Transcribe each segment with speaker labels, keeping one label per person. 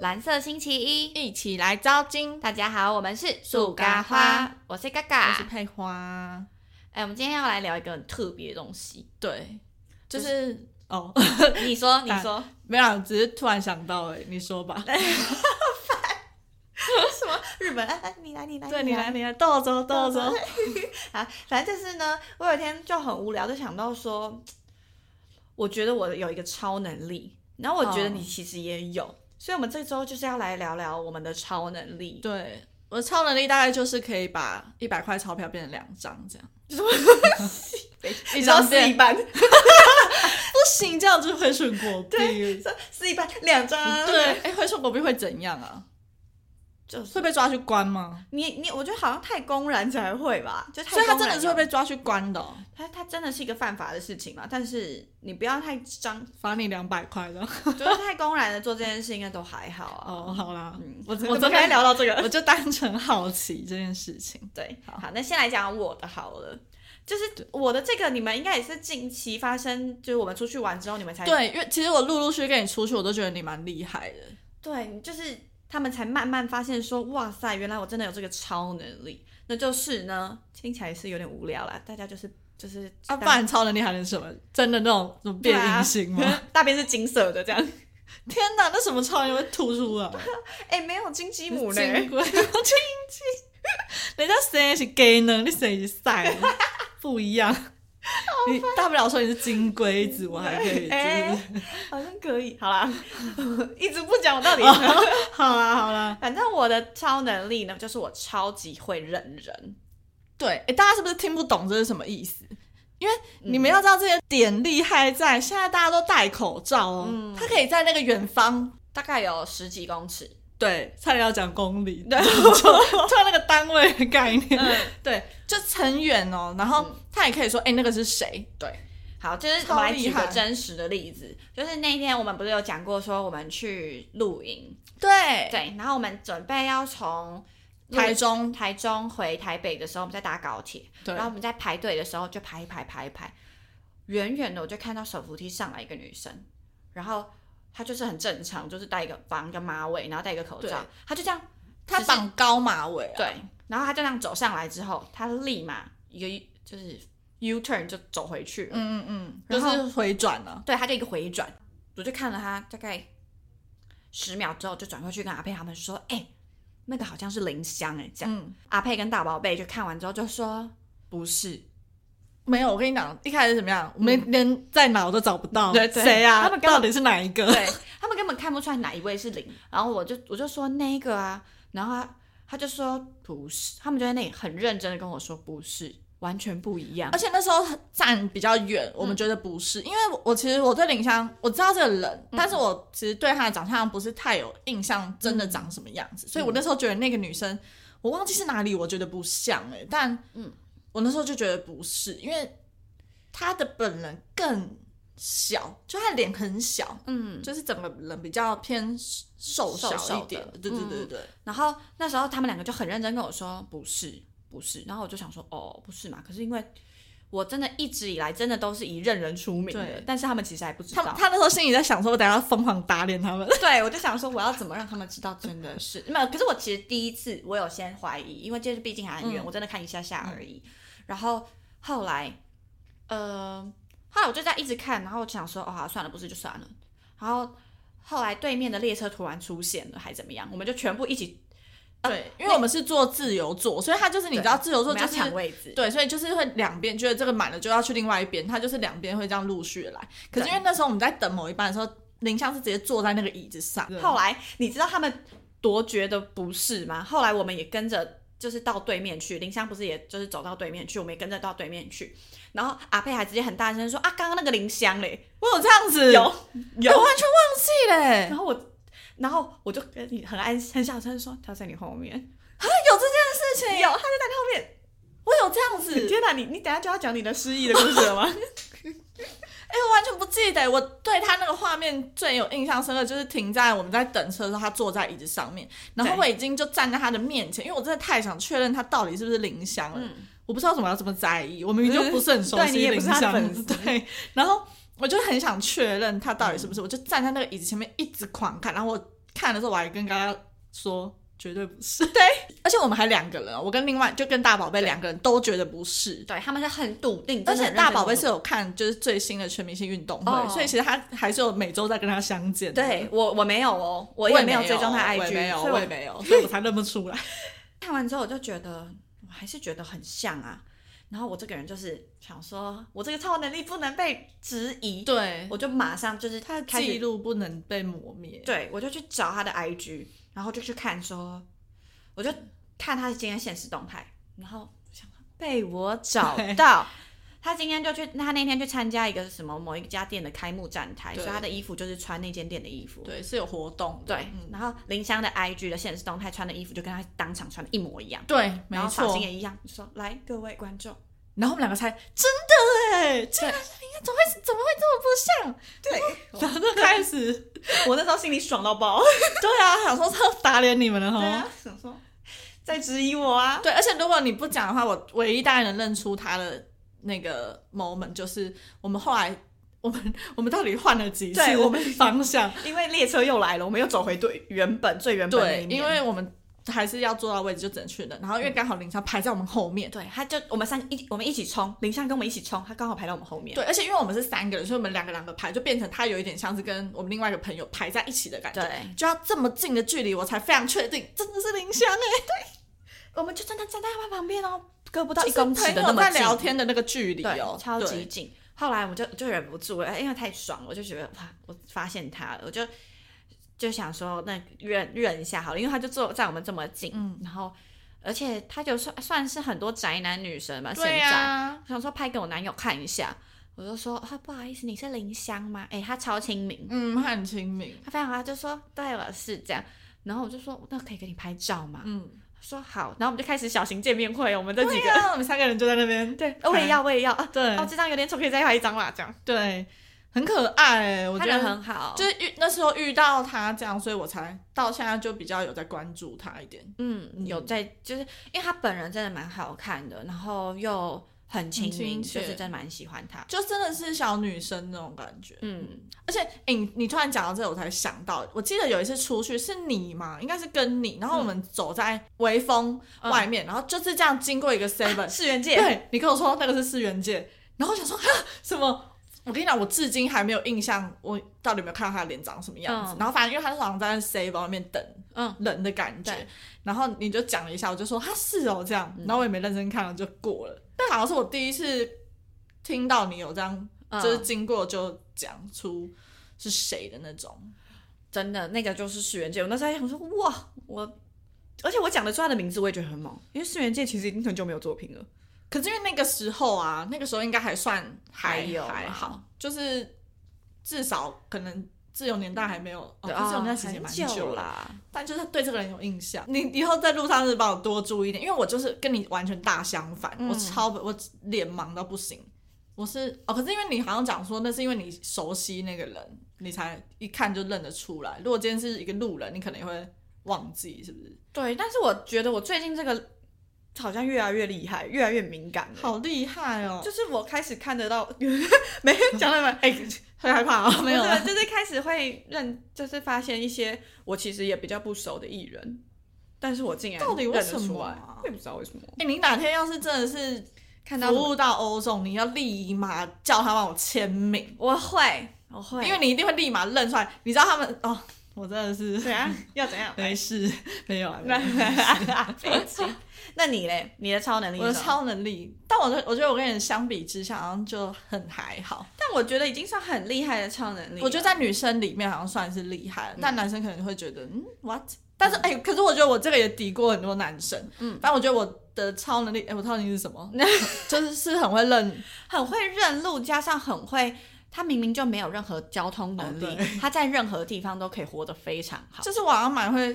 Speaker 1: 蓝色星期一，
Speaker 2: 一起来招金。
Speaker 1: 大家好，我们是
Speaker 2: 树咖花，
Speaker 1: 我是嘎
Speaker 2: 我
Speaker 1: 嘎
Speaker 2: 是。佩花，
Speaker 1: 哎、我们今天要来聊一个很特别的东西。
Speaker 2: 对，就、
Speaker 1: 就是
Speaker 2: 哦，
Speaker 1: 你说， 你
Speaker 2: 但
Speaker 1: 说，
Speaker 2: 没有啦，啊只是突然想到哎，你说吧。
Speaker 1: 什么日本？哎、哎，你来，你来，
Speaker 2: 对，你来，。你来，豆走豆哦走。
Speaker 1: 啊，反正就是呢，我有一天就很无聊，就想到说，我觉得我有一个超能力，然后我觉得
Speaker 2: 哦
Speaker 1: 你其实也有，所以我们这周就是要来聊聊我们的超能力。
Speaker 2: 对，我的超能力大概就是可以把一百块钞票变成两张这样。一
Speaker 1: 你知道
Speaker 2: 张
Speaker 1: 是
Speaker 2: 变
Speaker 1: 一半，
Speaker 2: 不行，这样就会损国币。对，
Speaker 1: 是一半，两 张。
Speaker 2: 哎、会损国币会怎样啊？
Speaker 1: 就是
Speaker 2: 会被抓去关吗？
Speaker 1: 你你，我觉得好像太公然才会吧，就太
Speaker 2: 所以他
Speaker 1: 公
Speaker 2: 真
Speaker 1: 然
Speaker 2: 的是
Speaker 1: 了
Speaker 2: 会被抓去关的哦、
Speaker 1: 他他真的是一个犯法的事情嘛，但是你不要太 张，
Speaker 2: 罚你两百块的。
Speaker 1: 就是太公然的做这件事，应该都还好啊。
Speaker 2: 哦，好啦，
Speaker 1: 嗯
Speaker 2: 我我
Speaker 1: 我昨
Speaker 2: 昨
Speaker 1: 天
Speaker 2: 天
Speaker 1: 聊
Speaker 2: 聊，
Speaker 1: 到这个，
Speaker 2: 我就单纯好奇这件事情。
Speaker 1: 对，
Speaker 2: 好
Speaker 1: 好，那先来讲我的好了，就是我的这个，你们应该也是近期发生，就是我们出去玩之后，你们才
Speaker 2: 对，因为其实我陆陆续续跟你出去，我都觉得你蛮厉害的。
Speaker 1: 对，你就是他们才慢慢发现说，哇塞，原来我真的有这个超能力。那就是呢，听起来是有点无聊啦，大家就是就是
Speaker 2: 啊，不然超能力还能什么？真的那种什么变
Speaker 1: 隐
Speaker 2: 异星吗？
Speaker 1: 大便是金色的这 样，
Speaker 2: 天哪，那什么超能力会吐出来？
Speaker 1: 哎、没有金鸡母呢，
Speaker 2: 金 龟，亲亲，人家谁是 gay 呢？你谁是赛？不一样。你大不了说你是金龟子，我还可 以。
Speaker 1: 哎
Speaker 2: 就是
Speaker 1: 好像可以。好啦， 一直不讲我到底是。
Speaker 2: 哦好啦好啦，
Speaker 1: 反正我的超能力呢，就是我超级会忍人。
Speaker 2: 对，哎，大家是不是听不懂这是什么意思？因为你们要知道这些点厉害在，现在大家都戴口罩哦，
Speaker 1: 嗯
Speaker 2: 他可以在那个远方，
Speaker 1: 大概有十几公尺，
Speaker 2: 对，差点要讲公里，
Speaker 1: 对，
Speaker 2: 突然那个单位的概念，
Speaker 1: 嗯
Speaker 2: 对，就很远哦，然后他也可以说，哎、那个是谁？
Speaker 1: 对， 好，就是我
Speaker 2: 超
Speaker 1: 们来
Speaker 2: 厉
Speaker 1: 举个
Speaker 2: 害
Speaker 1: 真实的例子，就是那一天我们不是有讲过说我们去露营，
Speaker 2: 对
Speaker 1: 对，然后我们准备要从
Speaker 2: 台中，
Speaker 1: 台中回台北的时候，我们在搭高铁，
Speaker 2: 对
Speaker 1: 然后我们在排队的时候就排一排排一排，远远的我就看到手扶梯上来一个女生，然后她就是很正常，就是戴一个绑一个马尾，然后戴一个口罩
Speaker 2: 对，
Speaker 1: 她就这样，
Speaker 2: 他
Speaker 1: 只是
Speaker 2: 绑高马尾、啊，
Speaker 1: 对，然后她就这样走上来之后，她立马一个就是 U turn 就走回去了，
Speaker 2: 嗯嗯嗯，
Speaker 1: 然
Speaker 2: 就
Speaker 1: 后
Speaker 2: 是回转啊了、
Speaker 1: 对，她就一个回转，我就看了她大概十秒之后，就转过去跟阿佩他们说，哎、那个好像是林香哎、这样。
Speaker 2: 嗯，
Speaker 1: 阿佩跟大宝贝就看完之后就说不是，
Speaker 2: 没有，我跟你讲，一开始怎么样，我们连在哪我都找不到，
Speaker 1: 对对
Speaker 2: 谁啊？
Speaker 1: 他们根本
Speaker 2: 到底是哪一 个？
Speaker 1: 对他们根本看不出来哪一位是零。然后我就我就说那个啊，然后他他就说不是，他们就在那里很认真的跟我说不是，完全不一样
Speaker 2: 而。且那时候站比较远，我们觉得不是，因为我我其实我对林香我知道这个人，但是我其实对她的长相不是太有印象，真的长什么样
Speaker 1: 嗯
Speaker 2: 子，所以我那时候觉得那个女生，我忘记是哪里，我觉得不像哎、欸，但
Speaker 1: 嗯
Speaker 2: 我那时候就觉得不是，因为她的本人更小，就她的脸很小，
Speaker 1: 嗯，
Speaker 2: 就是整个人比较偏瘦
Speaker 1: 瘦
Speaker 2: 小
Speaker 1: 瘦
Speaker 2: 一点
Speaker 1: 的，嗯
Speaker 2: 对对对对对。
Speaker 1: 然后那时候他们两个就很认真跟我说不是不是，然后我就想说哦不是嘛，可是因为我真的一直以来真的都是以认人出名的
Speaker 2: 对，
Speaker 1: 但是他们其实还不知
Speaker 2: 他
Speaker 1: 道。
Speaker 2: 他那时候心里在想说，我等一下要疯狂打脸他们。
Speaker 1: 对，我就想说我要怎么让他们知道真的是没有。可是我其实第一次我有先怀疑，因为这毕竟还很远，
Speaker 2: 嗯
Speaker 1: 我真的看一下下而已。然后后来，呃，后来我就在一直看，然后我就想说，哦，好算了，不是就算了。然后后来对面的列车突然出现了，还怎么样？我们就全部一起，呃
Speaker 2: 对，因为我们是坐自由座，所以他就是你知道自由
Speaker 1: 我
Speaker 2: 座
Speaker 1: 们
Speaker 2: 就
Speaker 1: 要
Speaker 2: 是
Speaker 1: 抢位置。
Speaker 2: 对，所以就是会两边觉得这个满了就要去另外一边，他就是两边会这样陆续来。可是因为那时候我们在等某一班的时候，林香是直接坐在那个椅子上，
Speaker 1: 后来你知道他们多觉得不是吗？后来我们也跟着。就是到对面去，林香不是也就是走到对面去，我们也跟着到对面去。然后阿佩还直接很大声说：“啊，刚刚那个林香嘞
Speaker 2: 我有这样子，
Speaker 1: 有
Speaker 2: 有，我完全忘记欸嘞，！”
Speaker 1: 然后我，然后我就跟你很安很小声说：“他在你后面。
Speaker 2: 啊有这”件事情，
Speaker 1: 有，他就在你后面。
Speaker 2: 我有这样子，
Speaker 1: 天哪，你你等一下就要讲你的失忆的故事了吗？
Speaker 2: 哎、我完全不记得，我对他那个画面最有印象深刻，就是停在我们在等车的时候，他坐在椅子上面，然后
Speaker 1: 对
Speaker 2: 我已经就站在他的面前，因为我真的太想确认他到底是不是林香了。
Speaker 1: 嗯
Speaker 2: 我不知道为什么要这么在意，我明明就不是很熟
Speaker 1: 对你
Speaker 2: 悉
Speaker 1: 也不
Speaker 2: 林
Speaker 1: 是他的
Speaker 2: 香
Speaker 1: 粉丝，
Speaker 2: 对，然后我就很想确认他到底是不是，我就站在那个椅子前面一直狂看，然后我看的时候，我还跟大家说绝对不是。对，而且我们还两个人哦，我跟另外就跟大宝贝两个人都觉得不是。
Speaker 1: 对，他们是很笃定，
Speaker 2: 而
Speaker 1: 真的
Speaker 2: 且
Speaker 1: 很认真
Speaker 2: 大宝贝
Speaker 1: 地
Speaker 2: 是有看，就是最新的全明星运动会，
Speaker 1: 哦
Speaker 2: 所以其实他还是有每周在跟他相见的。
Speaker 1: 对我我没有哦，我
Speaker 2: 我
Speaker 1: 也
Speaker 2: 也
Speaker 1: 没
Speaker 2: 没
Speaker 1: 有
Speaker 2: 有
Speaker 1: 追踪他 IG，
Speaker 2: 我也没有，
Speaker 1: 所以
Speaker 2: 我也没有，所以我才认不出 来。
Speaker 1: 看完之后我就觉得，我还是觉得很像啊。然后我这个人就是想说，我这个超能力不能被质疑，
Speaker 2: 对，
Speaker 1: 我就马上就是
Speaker 2: 他的
Speaker 1: 开
Speaker 2: 记
Speaker 1: 始，
Speaker 2: 录不能被磨灭。
Speaker 1: 对我就去找他的 IG，然后就去看说，我就看他今天现实动态，然后我想说被我找 到。他今天就去，他那天去参加一个什么某一家店的开幕站台，
Speaker 2: 对
Speaker 1: 所以他的衣服就是穿那间店的衣服。
Speaker 2: 对，是有活动的。嗯
Speaker 1: 对，然后林湘的 IG 的现实动态穿的衣服就跟他当场穿的一模一样，
Speaker 2: 对，没
Speaker 1: 然后发
Speaker 2: 错
Speaker 1: 型。也一样。说来各位观众，
Speaker 2: 然后我们两个才真的哎，这个应该怎么会怎么会这么不像？对，然后就开 始，
Speaker 1: 我那时候心里爽到爆，
Speaker 2: 对啊，想说这打脸你们了
Speaker 1: 对
Speaker 2: 哈
Speaker 1: 啊。，想说在质疑我啊，
Speaker 2: 对，而且如果你不讲的话，我唯一大概能认出他的那个 moment 就是我们后来。我们我们到底换了几次
Speaker 1: 对我们
Speaker 2: 方向？
Speaker 1: 因为列车又来了，我们又走回对原本最原本那
Speaker 2: 对
Speaker 1: 一，面
Speaker 2: 因为嗯我们还是要坐到位置就只能去的。然后因为刚好林超排在我们后面，
Speaker 1: 对，他就我们三个一我们一起冲，林湘跟我们一起冲，他刚好排到我们后面，
Speaker 2: 对，而且因为我们是三个人，所以我们两个两个排，就变成他有一点像是跟我们另外一个朋友排在一起的感觉。
Speaker 1: 对，
Speaker 2: 就要这么近的距离，我才非常确定真的是林湘哎、
Speaker 1: 我们就真的站在他旁边哦，隔不到
Speaker 2: 就
Speaker 1: 一
Speaker 2: 是
Speaker 1: 公尺
Speaker 2: 朋
Speaker 1: 的那
Speaker 2: 友
Speaker 1: 么
Speaker 2: 在
Speaker 1: 近，
Speaker 2: 聊天的那个距离
Speaker 1: 对
Speaker 2: 哦，，
Speaker 1: 超级
Speaker 2: 对
Speaker 1: 近。后来我就就忍不住了，因为太爽了，我就觉得哇，我发现他了，我就就想说那忍忍一下好了，因为他就坐在我们这么近，
Speaker 2: 嗯
Speaker 1: 然后而且他就算算是很多宅男女生嘛，现
Speaker 2: 对啊
Speaker 1: 在、
Speaker 2: 呀、
Speaker 1: 我想说拍给我男友看一下，我就说啊不好意思，你是林香吗？哎、他超亲民，
Speaker 2: 嗯，他很亲民，
Speaker 1: 他非常好，他就说对我是这样，然后我就说那可以给你拍照吗？
Speaker 2: 嗯，
Speaker 1: 他说好，然后我们就开始小型见面会，我们这几
Speaker 2: 对
Speaker 1: 个。
Speaker 2: 呀、我们三个人就在那边，
Speaker 1: 对，我也要，我也要啊！
Speaker 2: 对、
Speaker 1: 哦，这张有点丑，可以再拍一张啦，这样。
Speaker 2: 对，很可爱、欸，我
Speaker 1: 他
Speaker 2: 觉
Speaker 1: 人
Speaker 2: 得。
Speaker 1: 很好，
Speaker 2: 就是遇那时候遇到他这样，所以我才到现在就比较有在关注他一点，
Speaker 1: 嗯，有在，就是因为他本人真的蛮好看的，然后又很亲嗯
Speaker 2: 很亲
Speaker 1: 民，就
Speaker 2: 切
Speaker 1: 是真的蛮喜欢他。
Speaker 2: 就真的是小女生那种感觉。
Speaker 1: 嗯，
Speaker 2: 而且，诶，你你突然讲到这，我才想到，我记得有一次出去是你嘛，应该是跟你，然后我们走在微风
Speaker 1: 嗯
Speaker 2: 外面，然后就是这样经过一 个 Seven，、
Speaker 1: 世元界，
Speaker 2: 对你跟我说那个是四元界，然后我想说哈什么？我跟你讲，我至今还没有印象，我到底有没有看到他的脸长什么样子。
Speaker 1: 嗯
Speaker 2: 然后反正因为他是好像在 Seven 外面等
Speaker 1: 嗯，
Speaker 2: 人的感觉
Speaker 1: 对，
Speaker 2: 然后你就讲了一下，我就说他是哦这
Speaker 1: 嗯
Speaker 2: 样，然后我也没认真看，我就过了。但好像是我第一次听到你有这样
Speaker 1: 嗯
Speaker 2: 就是经过就讲出是谁的那种。
Speaker 1: 真的那个就是世元界。我那时候还想说，哇，我，而且我讲得出他的名字，我也觉得很猛，因为世元界其实已经很久没有作品了。
Speaker 2: 可是因为那个时候啊，那个时候应该还算还
Speaker 1: 还有啊
Speaker 2: 还
Speaker 1: 啦
Speaker 2: 好，就是至少可能自由年代还没有，哦，
Speaker 1: 对
Speaker 2: 自由年代
Speaker 1: 啊
Speaker 2: 其实也蛮
Speaker 1: 很久
Speaker 2: 久了，
Speaker 1: 啦，
Speaker 2: 但就是对这个人有印象。你以后在路上是帮我多注意一点，因为我就是跟你完全大相反，
Speaker 1: 嗯
Speaker 2: 我超我脸盲到不行。我是哦，可是因为你好像讲说，那是因为你熟悉那个人，你才一看就认得出来。如果今天是一个路人，你可能也会忘记，是不是？
Speaker 1: 对，但是我觉得我最近这个好像越来越厉害，越来越敏感了。
Speaker 2: 好厉害哦！
Speaker 1: 就是我开始看得到， 没讲了 没？哎、
Speaker 2: 会害怕 哦，没有
Speaker 1: 不
Speaker 2: 啊
Speaker 1: 是，就是开始会认，就是发现一些我其实也比较不熟的艺人，但是我竟然
Speaker 2: 到底为什么
Speaker 1: 认得出
Speaker 2: 啊
Speaker 1: 来我也不知道为什么。
Speaker 2: 哎、你哪天要是真的是
Speaker 1: 看到什
Speaker 2: 服
Speaker 1: 么
Speaker 2: 务到欧总，你要立马叫他帮我签名，
Speaker 1: 我会，我会，
Speaker 2: 因 为你一定会立马认出来。你知道他们哦，我真的是。
Speaker 1: 怎样要怎样
Speaker 2: 没事，没有啊。没有
Speaker 1: 飞机 那你嘞？你的超能力
Speaker 2: 我的
Speaker 1: 是什么，
Speaker 2: 超能力，但我的我觉得我跟你相比之下，好像就很还好。
Speaker 1: 但我觉得已经算很厉害的超能力了。
Speaker 2: 我觉得在女生里面好像算是厉
Speaker 1: 嗯
Speaker 2: 害，但男生可能会觉得嗯 what？但是哎、可是我觉得我这个也抵过很多男生。嗯，但我觉得我的超能力，哎、我超能力是什么？ 就是是很会认
Speaker 1: 很会认路，加上很会，他明明就没有任何交通能力，
Speaker 2: 哦
Speaker 1: 他在任何地方都可以活得非常好。
Speaker 2: 就是我好像蛮会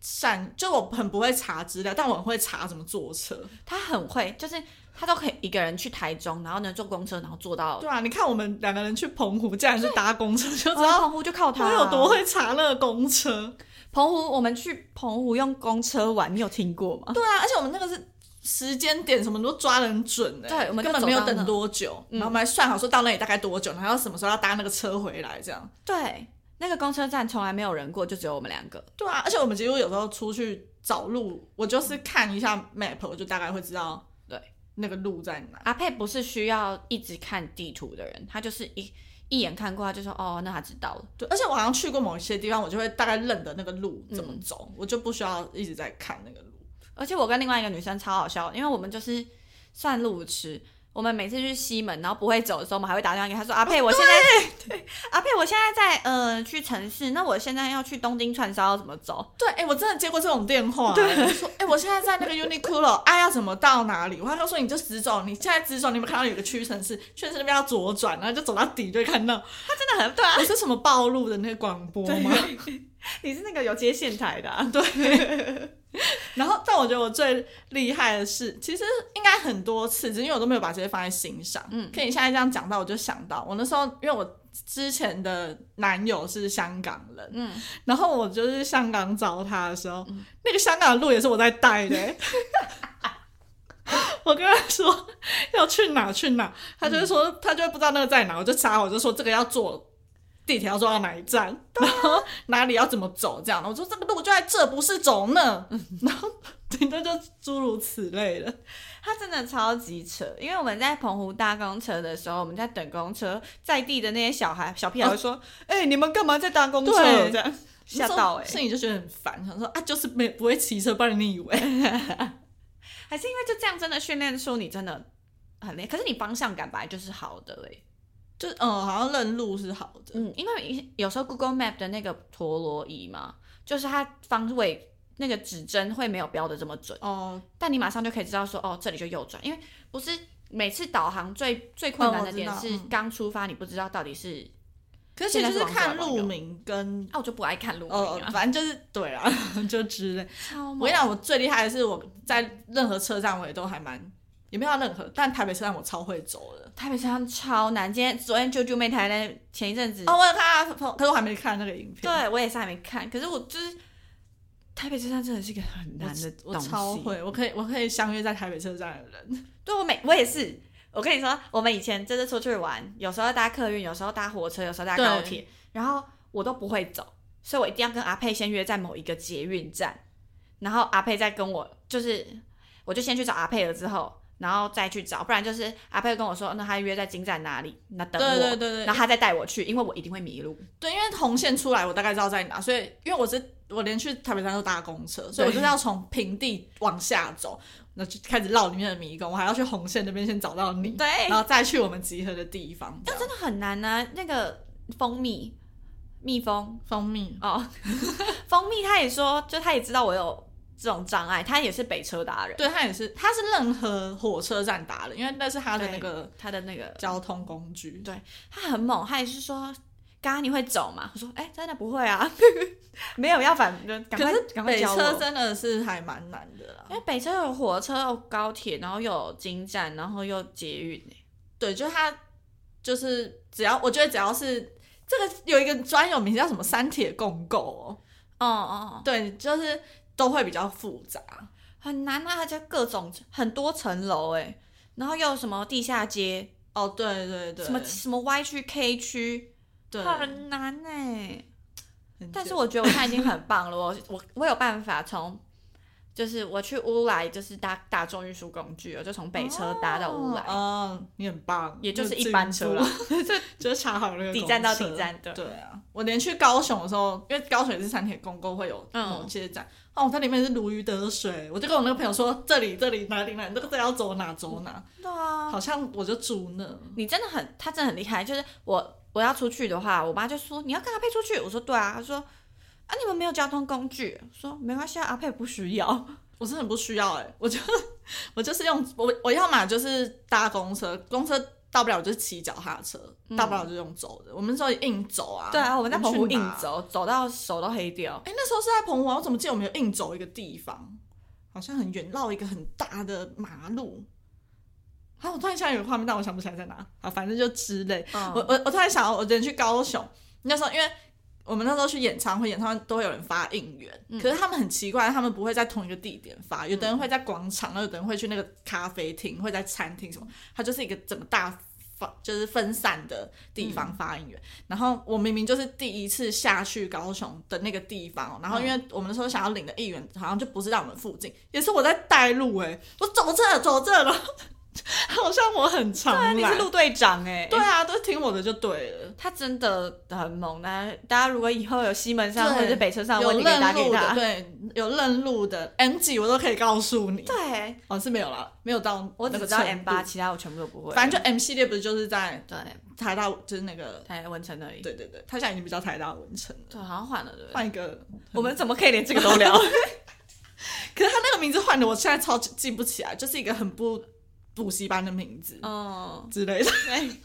Speaker 2: 善，就我很不会查资料，但我很会查怎么坐车。
Speaker 1: 他很会，就是他都可以一个人去台中，然后呢坐公车，然后坐到
Speaker 2: 对啊，你看我们两个人去澎湖，竟然是搭公车，就知
Speaker 1: 然后
Speaker 2: 道
Speaker 1: 澎湖就靠他、
Speaker 2: 我有多。会查那个公车。
Speaker 1: 澎湖，我们去澎湖用公车玩，你有听过吗？
Speaker 2: 对啊，而且我们那个是时间点什么都抓得很准的、
Speaker 1: 对我们就
Speaker 2: 根本没有
Speaker 1: 走到
Speaker 2: 嗯
Speaker 1: 那
Speaker 2: 等多久，然后我们还算好说到那里大概多久，然后要什么时候要搭那个车回来这样。
Speaker 1: 对，那个公车站从来没有人过，就只有我们两个。
Speaker 2: 对啊，而且我们几乎有时候出去找路，我就是看一下 map，我就大概会知道
Speaker 1: 对
Speaker 2: 那个路在哪。
Speaker 1: 阿佩不是需要一直看地图的人，他就是一一眼看过，他就说哦，那他知道了。
Speaker 2: 对，而且我好像去过某一些地方，我就会大概认得那个路怎么走，我就不需要一直在看那个路。
Speaker 1: 而且我跟另外一个女生超好笑，因为我们就是算路痴。我们每次去西门，然后不会走的时候，我们还会打电话给他说：“阿佩，我现在哦对 阿佩，我现在在呃去城市，那我现在要去东京串烧，要怎么走？
Speaker 2: 对，哎、我真的接过这种电话、对，说，哎、我现在在那个 Uniqlo，哎、要怎么到哪里？我还就说，你就直走，你现在直走，你有没有看到有个屈臣氏，屈臣氏那边要左转，然后就走到底就会看到。
Speaker 1: 真的很对啊，
Speaker 2: 我是什么暴露的那个广播吗？
Speaker 1: 你是那个有接线台的、啊，对，
Speaker 2: 然后，但我觉得我最厉害的是，其实应该很多次，只是因为我都没有把这些放在心上。嗯，可以现在这样讲到，我就想到我那时候，因为我之前的男友是香港人，嗯，然后我就是香港找他的时候，那个香港的路也是我在带的欸、 我跟他说要去哪去哪，他就会说、他就会不知道那个在哪，我就查，我就说这个要坐地铁要坐到哪一站，然后哪里要怎么走这样的。我说这个路就在这，不是走呢。然后 顶多就诸如此类的。
Speaker 1: 他真的超级扯。因为我们在澎湖搭公车的时候，我们在等公车，在地的那些小孩小屁孩会说：“哎、你们干嘛在搭公 车？”
Speaker 2: 对欸
Speaker 1: 这样吓到哎、
Speaker 2: 所以你就觉得很烦，想说啊，就是没不会骑车，不然你以为？
Speaker 1: 还是因为就这样真的训练出你真的很厉害，可是你方向感本来就是好的哎、
Speaker 2: 就嗯，好像认路是好的。
Speaker 1: 嗯，因为有时候 Google Map 的那个陀螺仪嘛，就是它方位那个指针会没有标的这么准，
Speaker 2: 哦，
Speaker 1: 但你马上就可以知道说，哦，这里就右转，因为不是每次导航最最困难
Speaker 2: 哦我
Speaker 1: 的
Speaker 2: 知
Speaker 1: 点
Speaker 2: 道
Speaker 1: 是刚出发，你不知道到底是，
Speaker 2: 可是其实就是看路
Speaker 1: 现
Speaker 2: 名跟
Speaker 1: 啊，我就不爱看路名
Speaker 2: 哦
Speaker 1: 啊，，
Speaker 2: 反正就是对啦， 就之类。
Speaker 1: 超
Speaker 2: 我
Speaker 1: 猛
Speaker 2: 跟你讲，我最厉害的是我在任何车站我也都还蛮，也没有到任何，但台北车站我超会走的。
Speaker 1: 台北车站超难，今天昨天啾啾妹台那前一阵子，
Speaker 2: 哦，我有看到他，可是我还没看那个影片。
Speaker 1: 对我也是还没看，可是我就是台北车站真的是一个很难的
Speaker 2: 我
Speaker 1: 东西
Speaker 2: 超会，我可以，我可以相约在台北车站的人。
Speaker 1: 对我每我也是，我跟你说，我们以前真的出去玩，有时候搭客运，有时候搭火车，有时候搭高铁，然后我都不会走，所以我一定要跟阿佩先约在某一个捷运站，然后阿佩再跟我，就是我就先去找阿佩了之后。然后再去找，不然就是阿佩跟我说，哦那他约在金站哪里，那等我，
Speaker 2: 对对对对
Speaker 1: 然后他再带我去，因为我一定会迷路。
Speaker 2: 对，因为红线出来，我大概知道在哪，所以因为我是我连去台北站都搭公车，所以我就是要从平地往下走，那就开始绕里面的迷宫，我还要去红线那边先找到你，
Speaker 1: 对，
Speaker 2: 然后再去我们集合的地方。这样
Speaker 1: 但真的很难啊。那个蜂蜜，蜜蜂
Speaker 2: 蜂蜜
Speaker 1: 哦， 蜂蜜他也说，就他也知道我有这种障碍，他也是北车达人，
Speaker 2: 对他也是，他是任何火车站搭的，因为那是他的那个
Speaker 1: 他的那个
Speaker 2: 交通工具。
Speaker 1: 他很猛，他也是说。刚刚你会走吗？我说，哎、真的不会啊， 没有要反，就赶
Speaker 2: 可
Speaker 1: 快
Speaker 2: 是
Speaker 1: 赶快
Speaker 2: 北
Speaker 1: 教我
Speaker 2: 车真的是还蛮难的啦
Speaker 1: 因，为北车有火车、有高铁，然后又有京站，然后又捷运、欸，
Speaker 2: 对，就他就是只要我觉得只要是这个有一个专有名词叫什么三铁共构哦，
Speaker 1: 哦哦，哦
Speaker 2: 对，就是都会比较复杂。
Speaker 1: 很难啊，而且各种很多层楼哎，然后又有什么地下街，
Speaker 2: 哦，对对对，
Speaker 1: 什么什么 Y 区、K 区，
Speaker 2: 对，
Speaker 1: 很难哎、
Speaker 2: 很
Speaker 1: 但是
Speaker 2: 久
Speaker 1: 我觉得我现在已经很 棒了，我我我有办法从，就是我去乌来就是搭大众运输工具，我就从北车搭到乌来，
Speaker 2: 哦，嗯你很棒，
Speaker 1: 也就是一般车啦，
Speaker 2: 就查好那个
Speaker 1: 底站到底
Speaker 2: 公车。
Speaker 1: 站的。
Speaker 2: 对啊，我连去高雄的时候，因为高雄也是三铁共构会有
Speaker 1: 嗯
Speaker 2: 某些站，哦，它里面是如鱼得水，我就跟我那个朋友说，这里这里哪里哪里，这个这要走哪走哪，
Speaker 1: 对啊，
Speaker 2: 好像我就住那，
Speaker 1: 你真的很，他真的很厉害。就是我我要出去的话，我妈就说你要跟阿佩出去，我说对啊，她说啊你们没有交通工具，我说没关系啊，阿佩不 需要。
Speaker 2: 我真的很不需要哎、我就 我就是用我我要嘛就是搭公车，公车到不了我就骑脚踏车，到不了就用走的，我们那时候硬走啊，
Speaker 1: 嗯对啊，我们在澎湖
Speaker 2: 去哪
Speaker 1: 硬走，走到手都黑掉。
Speaker 2: 哎、那时候是在澎湖啊，我怎么记得我们有硬走一个地方，好像很远，绕一个很大的马路。好，我突然想有个画面，但我想不起来在哪。啊，反正就之类。我
Speaker 1: 嗯，
Speaker 2: 我我突然想到，我之前去高雄，那时候因为我们那时候去演唱会，演唱会都会有人发应援，
Speaker 1: 嗯
Speaker 2: 可是他们很奇怪，他们不会在同一个地点发，有的人会在广场，然后有的人会去那个咖啡厅，会在餐厅什么，它就是一个整个大发就是分散的
Speaker 1: 嗯
Speaker 2: 地方发应援。然后我明明就是第一次下去高雄的那个地方，哦然后
Speaker 1: 嗯
Speaker 2: 因为我们那时候想要领的议员好像就不是在我们附近，也是我在带路哎、我走这走这了， 好像我很常
Speaker 1: 对啊，你
Speaker 2: 来
Speaker 1: 是陆队长哎、
Speaker 2: 对啊，都听我的就对了。
Speaker 1: 他真的很猛那大家如果以后有西门上
Speaker 2: 对
Speaker 1: 或者是北车上的
Speaker 2: 有
Speaker 1: 问题，可以打
Speaker 2: 认
Speaker 1: 给
Speaker 2: 路的，
Speaker 1: 他。
Speaker 2: 对，有认路的 M 几我都可以告诉你。
Speaker 1: 对，
Speaker 2: 哦，是没有了，没有到
Speaker 1: 我只
Speaker 2: 那个
Speaker 1: 知道
Speaker 2: 程
Speaker 1: M
Speaker 2: 度
Speaker 1: 八，其他我全部都不会。
Speaker 2: 反正就 M 系列不是就是在
Speaker 1: 对，
Speaker 2: 台大，就是那个，
Speaker 1: 台文成而已。
Speaker 2: 对对对，他现在已经比较台大文成了，
Speaker 1: 对，好像换了，对不对？
Speaker 2: 换一个，
Speaker 1: 我们怎么可以连这个都 聊？
Speaker 2: 可是他那个名字换的，我现在超记不起来，就是一个很不补习班的名字
Speaker 1: 哦，
Speaker 2: 之类的，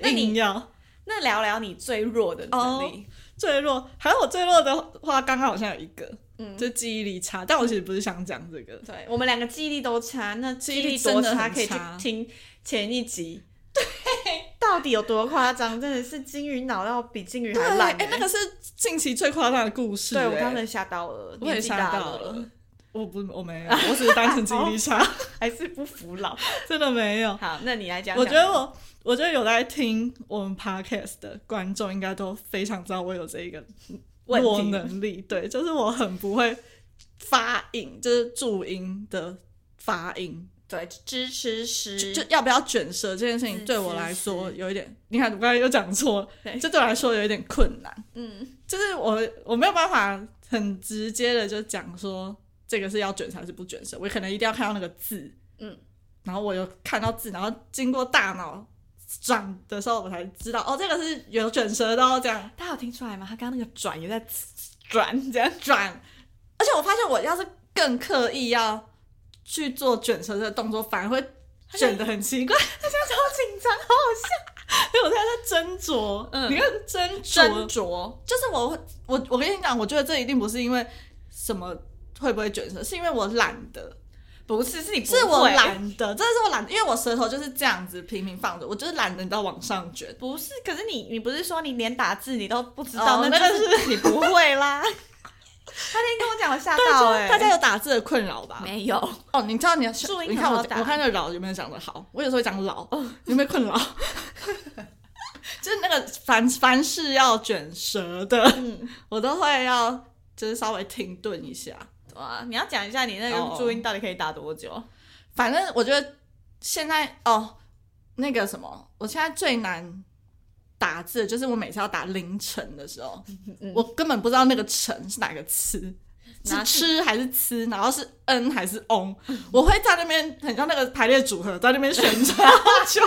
Speaker 1: 那你哦
Speaker 2: 硬要
Speaker 1: 那聊聊你最弱的能
Speaker 2: 哦
Speaker 1: 力。
Speaker 2: 坠落，还有我坠落的话，刚刚好像有一个，
Speaker 1: 嗯
Speaker 2: 就记忆力差，但我其实不是想讲这个，
Speaker 1: 对我们两个记忆力都差，那记忆力
Speaker 2: 记忆
Speaker 1: 多
Speaker 2: 力真的很
Speaker 1: 可以去
Speaker 2: 差
Speaker 1: 听前一集。对，到底有多夸张？真的是金鱼脑到比金鱼
Speaker 2: 对，
Speaker 1: 还烂、欸
Speaker 2: 哎、那个是近期最夸张的故事、
Speaker 1: 对
Speaker 2: 哎
Speaker 1: 我刚才吓到了，
Speaker 2: 我也
Speaker 1: 年纪
Speaker 2: 吓
Speaker 1: 大
Speaker 2: 到了，。我不，我 没有，我只是单纯记忆力差，
Speaker 1: 还是不服老。
Speaker 2: 真的没有。
Speaker 1: 好，那你来 讲
Speaker 2: 我
Speaker 1: 讲。
Speaker 2: 觉得我，我觉得有在听我们 podcast 的观众应该都非常知道我有这一个
Speaker 1: 问
Speaker 2: 弱
Speaker 1: 题
Speaker 2: 能力，对，就是我很不会发音，就是注音的发音，
Speaker 1: 对支
Speaker 2: 就
Speaker 1: 持师
Speaker 2: 就要不要卷舌这件事情对我来说有一点，你看我刚才又讲错了
Speaker 1: 对，
Speaker 2: 这对我来说有一点困难。
Speaker 1: 嗯
Speaker 2: 就是我我没有办法很直接的就讲说这个是要卷舌还是不卷舌，我可能一定要看到那个字，
Speaker 1: 嗯，
Speaker 2: 然后我有看到字，然后经过大脑转的时候，我才知道哦，这个是有卷舌的哦，这样
Speaker 1: 大家有听出来吗？他刚刚那个转也在转，这样
Speaker 2: 转。而且我发现我要是更刻意要去做卷舌的动作，反而会卷的很奇怪，
Speaker 1: 超紧张，
Speaker 2: 因为我现在在斟酌，
Speaker 1: 嗯
Speaker 2: 你看斟
Speaker 1: 斟
Speaker 2: 酌，
Speaker 1: 酌。
Speaker 2: 就是我会我我跟你讲，我觉得这一定不是因为什么会不会卷舌，是因为我懒得。
Speaker 1: 不是，是你不会
Speaker 2: 是我，懒得，真的是我懒得，因为我舌头就是这样子平平放着，我就是懒得，你知道往上卷。
Speaker 1: 不是。可是你，你不是说你连打字你都不知
Speaker 2: 哦
Speaker 1: 道，
Speaker 2: 那个
Speaker 1: 就是 你不会啦。他那天跟我讲，我吓到哎、
Speaker 2: 对，大家有打字的困扰吧？
Speaker 1: 没有？
Speaker 2: 哦，你知道你要
Speaker 1: 注音
Speaker 2: 你看我
Speaker 1: 很好打哦
Speaker 2: 我看这个老有没有讲的好，我有时候会讲老，有没有 困扰？就是那个凡凡事要卷舌的，
Speaker 1: 嗯
Speaker 2: 我都会要就是稍微停顿一下。
Speaker 1: 哇，你要讲一下你那个
Speaker 2: 哦
Speaker 1: 注音到底可以打多久？
Speaker 2: 反正我觉得现在哦，那个什么，我现在最难打字的就是我每次要打凌晨的时候，
Speaker 1: 嗯
Speaker 2: 我根本不知道那个晨是哪个吃。是
Speaker 1: 哪
Speaker 2: 吃还是吃，然后是 n 还是 on，我会在那边很像那个排列组合，在那边旋 转就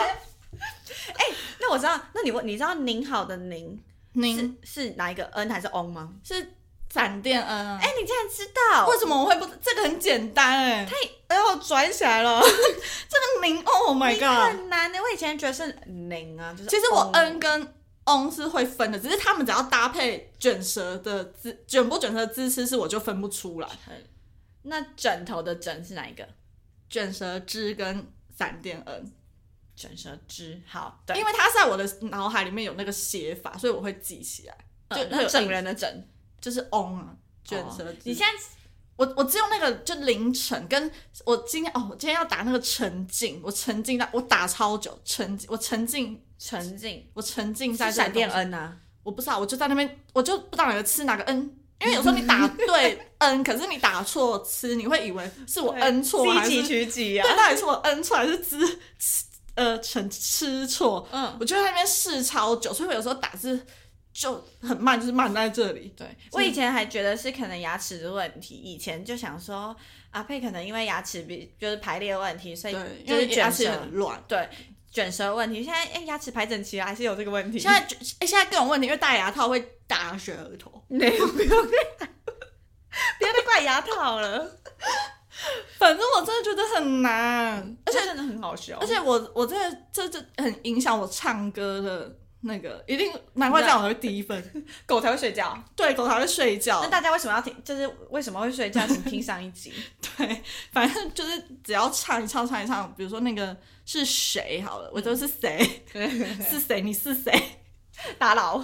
Speaker 1: 那我知道，那你问，你知道“您好”的“您”
Speaker 2: 您
Speaker 1: 是是哪一个 “n” 还是 “on” 吗？
Speaker 2: 是闪电 n 啊？
Speaker 1: 哎、你竟然知道？
Speaker 2: 为什么我会不？这个很简单哎、太哎呦转起来 了，这个您 oh my
Speaker 1: 你
Speaker 2: god，
Speaker 1: 很难欸的。我以前觉得是零啊，就是
Speaker 2: 其实我
Speaker 1: 哦
Speaker 2: n 跟 on 是会分的，只是他们只要搭配卷舌的姿卷不卷舌的姿势，是我就分不出来。
Speaker 1: 那枕头的枕是哪一个？
Speaker 2: 卷舌之跟闪电 n，
Speaker 1: 卷舌之好，对，
Speaker 2: 因为它在我的脑海里面有那个写法，所以我会记起来，就
Speaker 1: 嗯
Speaker 2: 会
Speaker 1: 那
Speaker 2: 有
Speaker 1: 整
Speaker 2: 印
Speaker 1: 人的整
Speaker 2: 就是 on 啊，卷
Speaker 1: 哦
Speaker 2: 舌之。
Speaker 1: 你现在
Speaker 2: 我我只有那个就凌晨，跟我今天哦，我今天要打那个沉浸，我沉浸到我打超久，沉浸我沉浸
Speaker 1: 沉浸
Speaker 2: 我沉浸在
Speaker 1: 是
Speaker 2: 这个
Speaker 1: 闪电
Speaker 2: 东西
Speaker 1: N 啊，
Speaker 2: 我不知道，我就在那边，我就不知道哪个吃哪个 n，因为有时候你 打对 n，可是你打错吃，你会以为是我 n 错还
Speaker 1: 积
Speaker 2: 是
Speaker 1: 极取几 啊？
Speaker 2: 对，到底是我 n 错还是吃吃呃成吃错？
Speaker 1: 嗯，
Speaker 2: 我就在那边试超久，所以我有时候打字就很慢，就是慢在这里。
Speaker 1: 对，我以前还觉得是可能牙齿的问题，以前就想说阿佩可能因为牙齿比就是排列问题，所以
Speaker 2: 对，
Speaker 1: 就
Speaker 2: 因
Speaker 1: 是
Speaker 2: 为牙
Speaker 1: 卷
Speaker 2: 齿
Speaker 1: 舌
Speaker 2: 很乱。
Speaker 1: 对卷舌问题。现在哎、牙齿排整齐了，还是有这个问题。
Speaker 2: 现在就、哎现在更有问题，因为戴牙套会打舌头。
Speaker 1: 没有没有， 不要再怪牙套了，
Speaker 2: 反正我真的觉得很难，
Speaker 1: 而且真的很好笑
Speaker 2: 而。且我我真的这这很影响我唱歌的那个，一定难怪这样我会低分。
Speaker 1: 狗才会睡觉。
Speaker 2: 对，狗才会睡觉
Speaker 1: 那。大家为什么要听？就是为什么会睡觉？请听上一 集。
Speaker 2: 对，反正就是只要唱一唱唱一唱，比如说那个是谁好了，我就是谁是谁，你是谁，
Speaker 1: 打扰，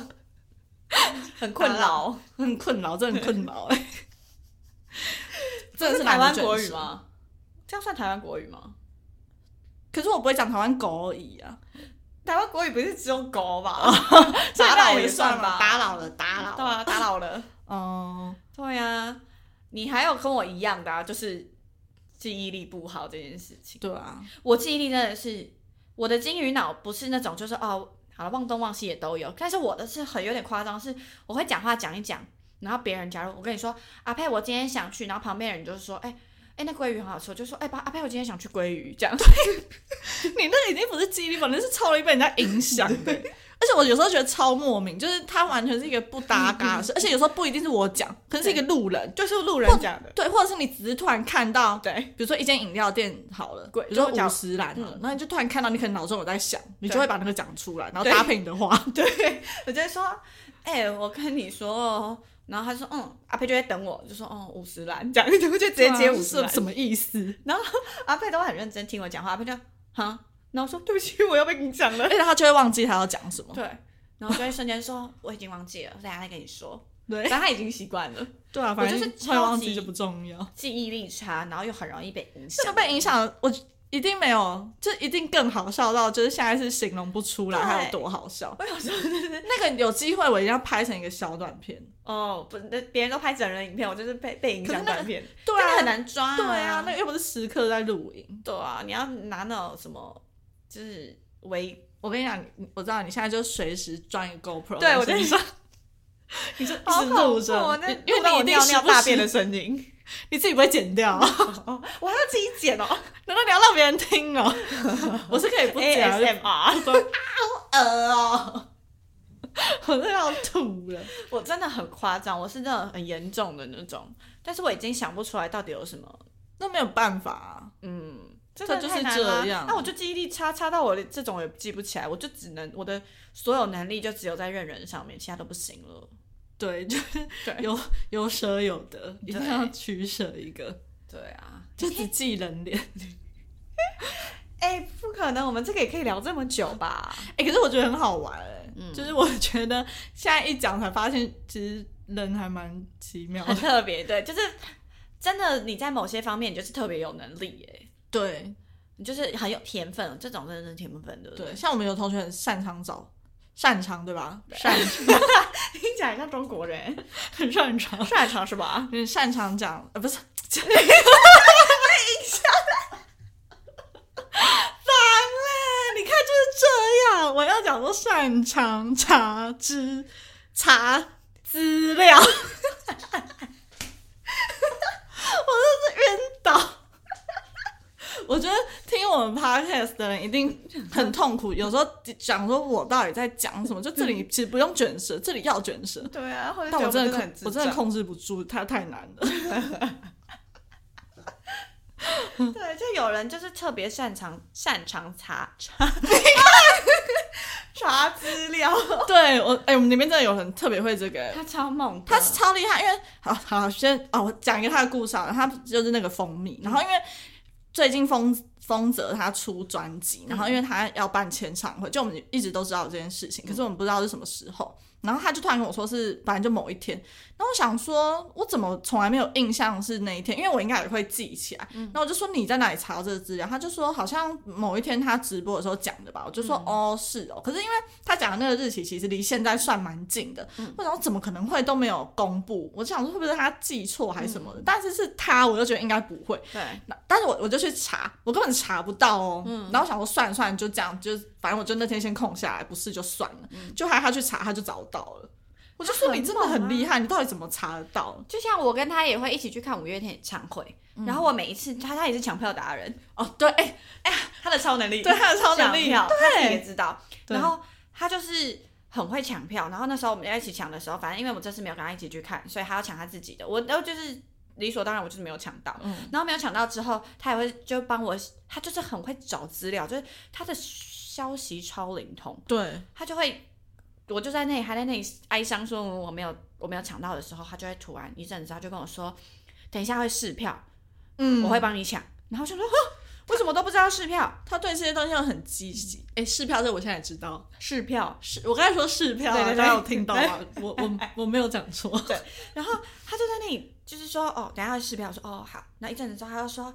Speaker 1: 很困扰。
Speaker 2: 很困扰，真的很困扰哎、 真的是
Speaker 1: 是台
Speaker 2: 懒
Speaker 1: 湾
Speaker 2: 得
Speaker 1: 国
Speaker 2: 卷
Speaker 1: 语
Speaker 2: 舌？
Speaker 1: 吗？这样算台湾国语吗？
Speaker 2: 可是我不会讲台湾狗而已啊，
Speaker 1: 台湾国语不是只有狗吧？ 这
Speaker 2: 打
Speaker 1: 那
Speaker 2: 扰
Speaker 1: 也
Speaker 2: 也
Speaker 1: 算吧
Speaker 2: 吧，打扰了，打扰
Speaker 1: 对。啊，打扰了。
Speaker 2: 哦，
Speaker 1: 对啊，你还有跟我一样的啊，就是记忆力不好这件事情。
Speaker 2: 对啊，
Speaker 1: 我记忆力真的是我的金鱼脑，不是那种就是哦，好了，忘东忘西也都有。但是我的是很有点夸张，是我会讲话讲一讲，然后别人假如我跟你说阿佩，我今天想去，然后旁边人就是说，哎、哎、那鲑鱼很好吃，我就说，哎、爸阿佩，我今天想去鲑鱼，这样。
Speaker 2: 你那个已经不是记忆力吧，那是超力被人家影响的。 而且我有时候觉得超莫名，就是他完全是一个不搭嘎的事，而且有时候不一定是我讲，可能是一个路人，
Speaker 1: 就是路
Speaker 2: 人
Speaker 1: 讲的，
Speaker 2: 对，或者是你只是突然看到，
Speaker 1: 对，
Speaker 2: 比如说一间饮料店好了，比
Speaker 1: 贵
Speaker 2: 如说
Speaker 1: 就讲
Speaker 2: 五十兰好了，那你就突然看到，你可能脑中有在想，你
Speaker 1: 对
Speaker 2: 就会把那个讲出来，然后
Speaker 1: 对
Speaker 2: 搭配你的话，
Speaker 1: 我就会说，哎、我跟你说哦，然后他说，嗯，阿佩就会等我，就说，哦，五十兰这样，就就直接接五十
Speaker 2: 是
Speaker 1: 兰。
Speaker 2: 什么意 思？
Speaker 1: 阿佩都很认真听我讲话，阿佩就哈，然后说对不起，我又被你讲了
Speaker 2: 而。且他就会忘记他要讲什么。
Speaker 1: 对，然后就会瞬间说我已经忘记了，等下再跟你说。
Speaker 2: 对
Speaker 1: 但他已经习惯了，
Speaker 2: 对啊，
Speaker 1: 我
Speaker 2: 反
Speaker 1: 就
Speaker 2: 正
Speaker 1: 是
Speaker 2: 会忘
Speaker 1: 超级
Speaker 2: 记就不重要。
Speaker 1: 记忆力差，然后又很容易被影响。
Speaker 2: 这个被影响，我一定没有，就一定更好笑到，就是现在是形容不出来
Speaker 1: 对
Speaker 2: 它有多好笑。
Speaker 1: 我有时候就是
Speaker 2: 那个有机会我一定要拍成一个小短片。
Speaker 1: 哦，不，那别人都拍整人影片，我就是被被影
Speaker 2: 可
Speaker 1: 响
Speaker 2: 是那个
Speaker 1: 短片，
Speaker 2: 对
Speaker 1: 真的
Speaker 2: 啊，
Speaker 1: 很难抓、
Speaker 2: 对啊，那个又不是时刻在录影。
Speaker 1: 对啊，你要拿那种什么，就是微，
Speaker 2: 我跟你讲，你我知道你现在就随时装一个 GoPro，
Speaker 1: 对我就
Speaker 2: 在身上你就
Speaker 1: 好
Speaker 2: 一直
Speaker 1: 恐
Speaker 2: 录
Speaker 1: 怖
Speaker 2: 着
Speaker 1: 哦，，那
Speaker 2: 因为
Speaker 1: 录到
Speaker 2: 你
Speaker 1: 我
Speaker 2: 一定
Speaker 1: 尿
Speaker 2: 时
Speaker 1: 尿
Speaker 2: 不
Speaker 1: 大
Speaker 2: 时
Speaker 1: 便的，声音，
Speaker 2: 你自己不会剪掉啊，
Speaker 1: 我还要自己剪哦
Speaker 2: 难道你要让别人听哦？ 我是可以不 剪啊，
Speaker 1: ，ASMR，哎
Speaker 2: 呃哦， 我都要吐了。
Speaker 1: 我真的很夸张，我是真的很严重的那种，但是我已经想不出来到底有什么。
Speaker 2: 那没有办法、啊，
Speaker 1: 嗯，这
Speaker 2: 这就是这样
Speaker 1: 啊那我就记忆力差差到我连这种也记不起来，我就只能我的所有能力就只有在认人上面，其他都不行了。
Speaker 2: 对，就是
Speaker 1: 对
Speaker 2: 有有舍有得，一定
Speaker 1: 对
Speaker 2: 要取舍一个，
Speaker 1: 对啊，
Speaker 2: 就只记人脸。
Speaker 1: 哎、不可能，我们这个也可以聊这么久吧？
Speaker 2: 哎、可是我觉得很好玩哎、
Speaker 1: 嗯
Speaker 2: 就是我觉得现在一讲才发现，其实人还蛮奇妙
Speaker 1: 很
Speaker 2: 的。
Speaker 1: 特别，对，就是真的你在某些方面你就是特别有能力耶，
Speaker 2: 对
Speaker 1: 你就是很有天分，这种真的是天分的。
Speaker 2: 对，，像我们有同学很擅长找。擅长对吧？擅
Speaker 1: 听起来像中国人，
Speaker 2: 很擅长，
Speaker 1: 擅长是吧？
Speaker 2: 很擅长讲，呃，不是，被影响。烦嘞！你看就是这样，我要讲说擅长查资查资料，我真是晕倒。我觉得听我们 podcast 的人一定很痛苦，有时候讲说我到底在讲什么，就这里其实不用卷舌，这里要卷舌，
Speaker 1: 对啊，或者
Speaker 2: 但我
Speaker 1: 觉
Speaker 2: 真
Speaker 1: 得
Speaker 2: 的控
Speaker 1: 我们很智
Speaker 2: 我真的
Speaker 1: 障
Speaker 2: 控制不住，它太难了。
Speaker 1: 对，就有人就是特别擅长擅长 查 查查资料，
Speaker 2: 对我，哎、我们里面真的有人特别会这个，
Speaker 1: 他超猛的，
Speaker 2: 他是超厉害，因为好好先哦，我讲一个他的故事啊，他就是那个蜂蜜，然后因为最近丰丰泽他出专辑，然后因为他要办签唱会，就我们一直都知道这件事情，可是我们不知道是什么时候。然后他就突然跟我说是，反正就某一天。然后我想说，我怎么从来没有印象是那一天？因为我应该也会记起来。然后我就说你在哪里查到这个资料？他就说好像某一天他直播的时候讲的吧。我就说、哦是哦，可是因为他讲的那个日期其实离现在算蛮近的，我想说怎么可能会都没有公布？我就想说会不会是他记错还是什么的？但是是他，我就觉得应该不会。
Speaker 1: 对，
Speaker 2: 那但是我我就去查，我根本查不到哦。然后我想说算了算了，就这样，就反正我就那天先空下来，不是就算了。就还他去查，他就找到了。我就说
Speaker 1: 很
Speaker 2: 你真的嗯很
Speaker 1: 猛啊
Speaker 2: 厉害，你到底怎么查得到？
Speaker 1: 就像我跟他也会一起去看五月天演唱会，
Speaker 2: 嗯
Speaker 1: 然后我每一次他他也是抢票达人，
Speaker 2: 哦，对，哎、
Speaker 1: 他的超能力，
Speaker 2: 对他的超能力
Speaker 1: 抢票
Speaker 2: 对
Speaker 1: 他自己也知道，
Speaker 2: 对
Speaker 1: 然后他就是。很会抢票，然后那时候我们在一起抢的时候，反正因为我这次没有跟他一起去看，所以他要抢他自己的，我然后就是理所当然，我就是没有抢到。
Speaker 2: 嗯
Speaker 1: 然后没有抢到之后，他也会就帮我，他就是很会找资料，就是他的消息超灵通，
Speaker 2: 对，
Speaker 1: 他就会，我就在那里还在那里哀伤说我没有我没有抢到的时候，他就会突然一阵子他就跟我说，等一下会试票，
Speaker 2: 嗯
Speaker 1: 我会帮你抢。然后我就说，呵为什么都不知道试票？
Speaker 2: 他对这些东西很积极。哎、试票这我现在也知道，
Speaker 1: 试票，
Speaker 2: 是我刚才说试票、啊，
Speaker 1: 对对对
Speaker 2: 大家有听到 吗？我我我没有讲错，
Speaker 1: 然后他就在那里就是说，哦，等一下会试票，我说哦好。那一阵子之后，他就说，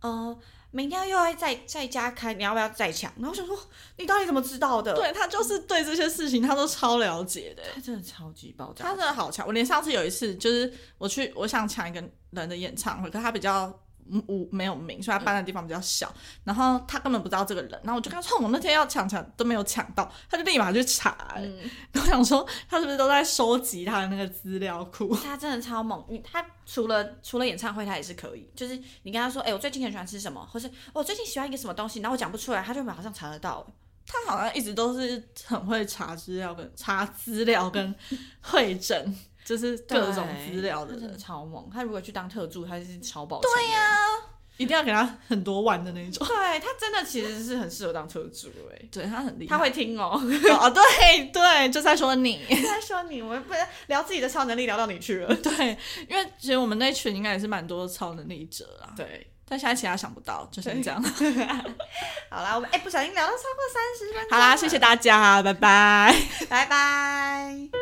Speaker 1: 呃，明天又要再再加开，你要不要再抢？然后我想说，哦你到底怎么知道的？
Speaker 2: 对他就是对这些事情他都超了解的。
Speaker 1: 他真的超级爆
Speaker 2: 他
Speaker 1: 炸
Speaker 2: 真，的好强！我连上次有一次，就是我去我想抢一个人的演唱会，可他比较嗯无没有名，所以他办的地方比较小，然后他根本不知道这个人，然后我就跟他说哦我那天要抢抢都没有抢到，他就立马去查、欸，
Speaker 1: 嗯
Speaker 2: 然后 我想说他是不是都在收集他的那个资料库？
Speaker 1: 他真的超猛。你他除了除了演唱会，他也是可以，就是你跟他说，哎、我最近很喜欢吃什么，或是我最近喜欢一个什么东西，然后我讲不出来，他就马上查得到。
Speaker 2: 他好像一直都是很会查资料跟查资料跟会诊，就是各种资料的
Speaker 1: 他真的
Speaker 2: 人，
Speaker 1: 超猛。他如果去当特助，他是超爆。对呀、
Speaker 2: 一定要给他很多万的那种。
Speaker 1: 对他真的其实是很适合当特助哎、
Speaker 2: 对他很厉害，
Speaker 1: 他会听 哦。
Speaker 2: 哦，对对，就在说 你。
Speaker 1: 他说你，我不是聊自己的超能力聊到你去了。
Speaker 2: 对，因为其实我们那群应该也是蛮多超能力者啦，
Speaker 1: 对，
Speaker 2: 但现在其他想不到，就先这 样。
Speaker 1: 好啦，我们哎、不小心聊到超过三十分钟，
Speaker 2: 好啦，谢谢大家，拜拜。
Speaker 1: 拜拜。